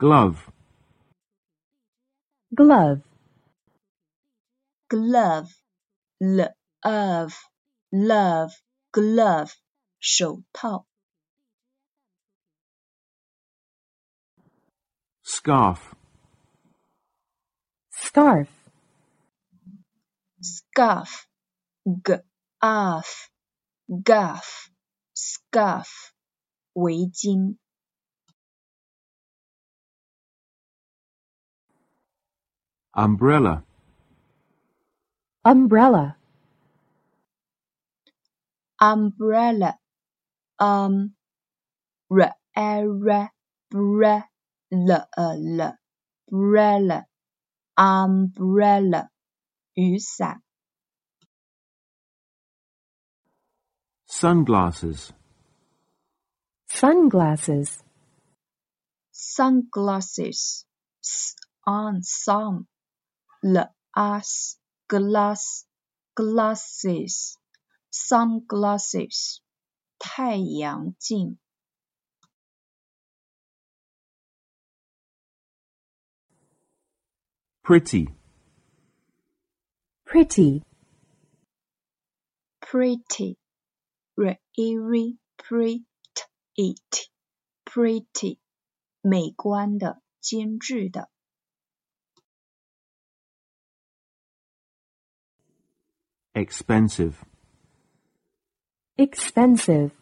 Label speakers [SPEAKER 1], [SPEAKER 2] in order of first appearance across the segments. [SPEAKER 1] glove,
[SPEAKER 2] glove,
[SPEAKER 3] glove, l of, love, glove, 手套、
[SPEAKER 1] scarf,
[SPEAKER 2] scarf,
[SPEAKER 3] scarf, g off, guff, scarf, 围巾、
[SPEAKER 1] umbrella,
[SPEAKER 2] umbrella,
[SPEAKER 3] umbrella, um, r r bre l l umbrella, umbrella, 雨伞、
[SPEAKER 1] sunglasses,
[SPEAKER 2] sunglasses,
[SPEAKER 3] sunglasses, s on some, l us glass, glasses, sunglasses, 太阳镜、
[SPEAKER 1] pretty,
[SPEAKER 2] pretty,
[SPEAKER 3] pretty, re re pretty, it, pretty, 美观的、精致的、
[SPEAKER 1] expensive,
[SPEAKER 2] expensive,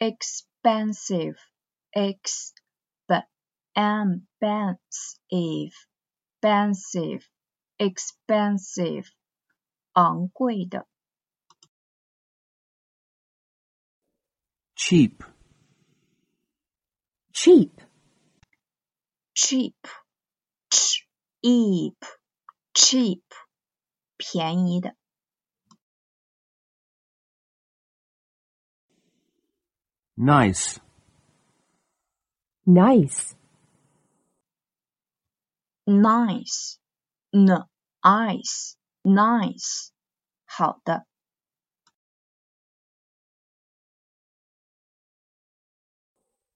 [SPEAKER 3] expensive, ex, b, m, pensive, pensive, expensive, 昂贵的、
[SPEAKER 1] cheap,
[SPEAKER 2] cheap,
[SPEAKER 3] cheap, cheap, cheap, 便宜的、
[SPEAKER 1] nice,
[SPEAKER 2] nice,
[SPEAKER 3] nice, n, ice, nice, 好的、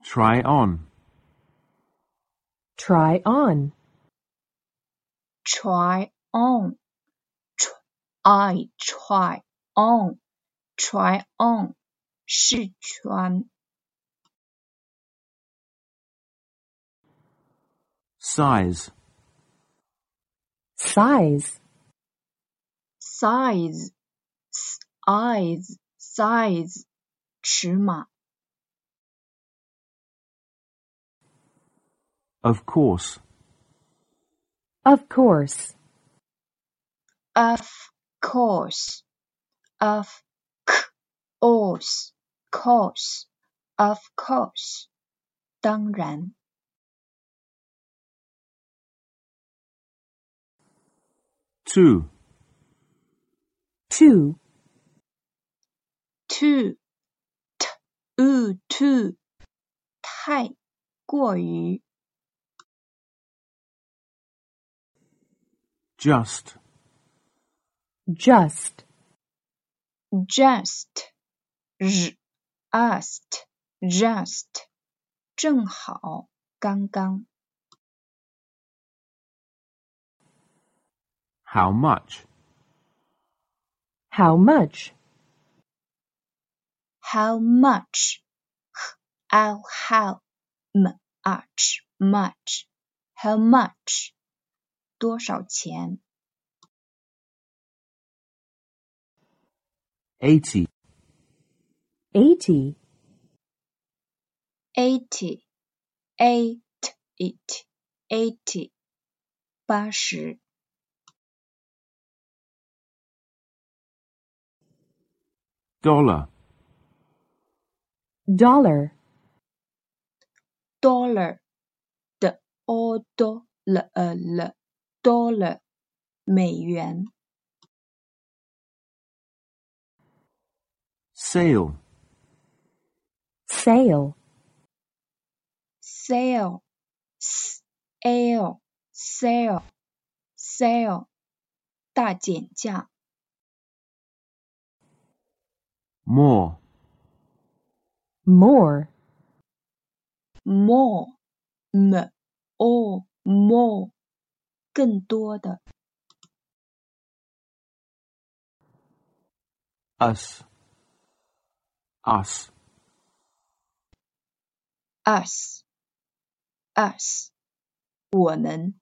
[SPEAKER 1] try on,
[SPEAKER 2] try on,
[SPEAKER 3] try on, tr, I try on, try on, 试穿。
[SPEAKER 1] size,
[SPEAKER 2] size,
[SPEAKER 3] size, size, size, 尺码。
[SPEAKER 1] of course,
[SPEAKER 2] of course,
[SPEAKER 3] Of course, of course, course, of course, 当然。
[SPEAKER 1] two,
[SPEAKER 2] two,
[SPEAKER 3] Too, t, oo, too, 呃太过于。
[SPEAKER 1] just,
[SPEAKER 2] just,
[SPEAKER 3] Just, j, ust, just, 正好，刚刚。
[SPEAKER 1] how much,
[SPEAKER 2] how much,
[SPEAKER 3] How much? How how much much? How much? 多少钱
[SPEAKER 1] eighty,
[SPEAKER 2] eighty,
[SPEAKER 3] ？Eighty, eight, eight, eighty. 八十
[SPEAKER 1] dollar,
[SPEAKER 2] dollar,
[SPEAKER 3] dollar 的 o do l l dollar 美元
[SPEAKER 1] sale,
[SPEAKER 2] sale,
[SPEAKER 3] sale sale sale sale 大减价。
[SPEAKER 1] more,
[SPEAKER 2] more,
[SPEAKER 3] more m o more 更多的
[SPEAKER 1] us, us,
[SPEAKER 3] us us 我们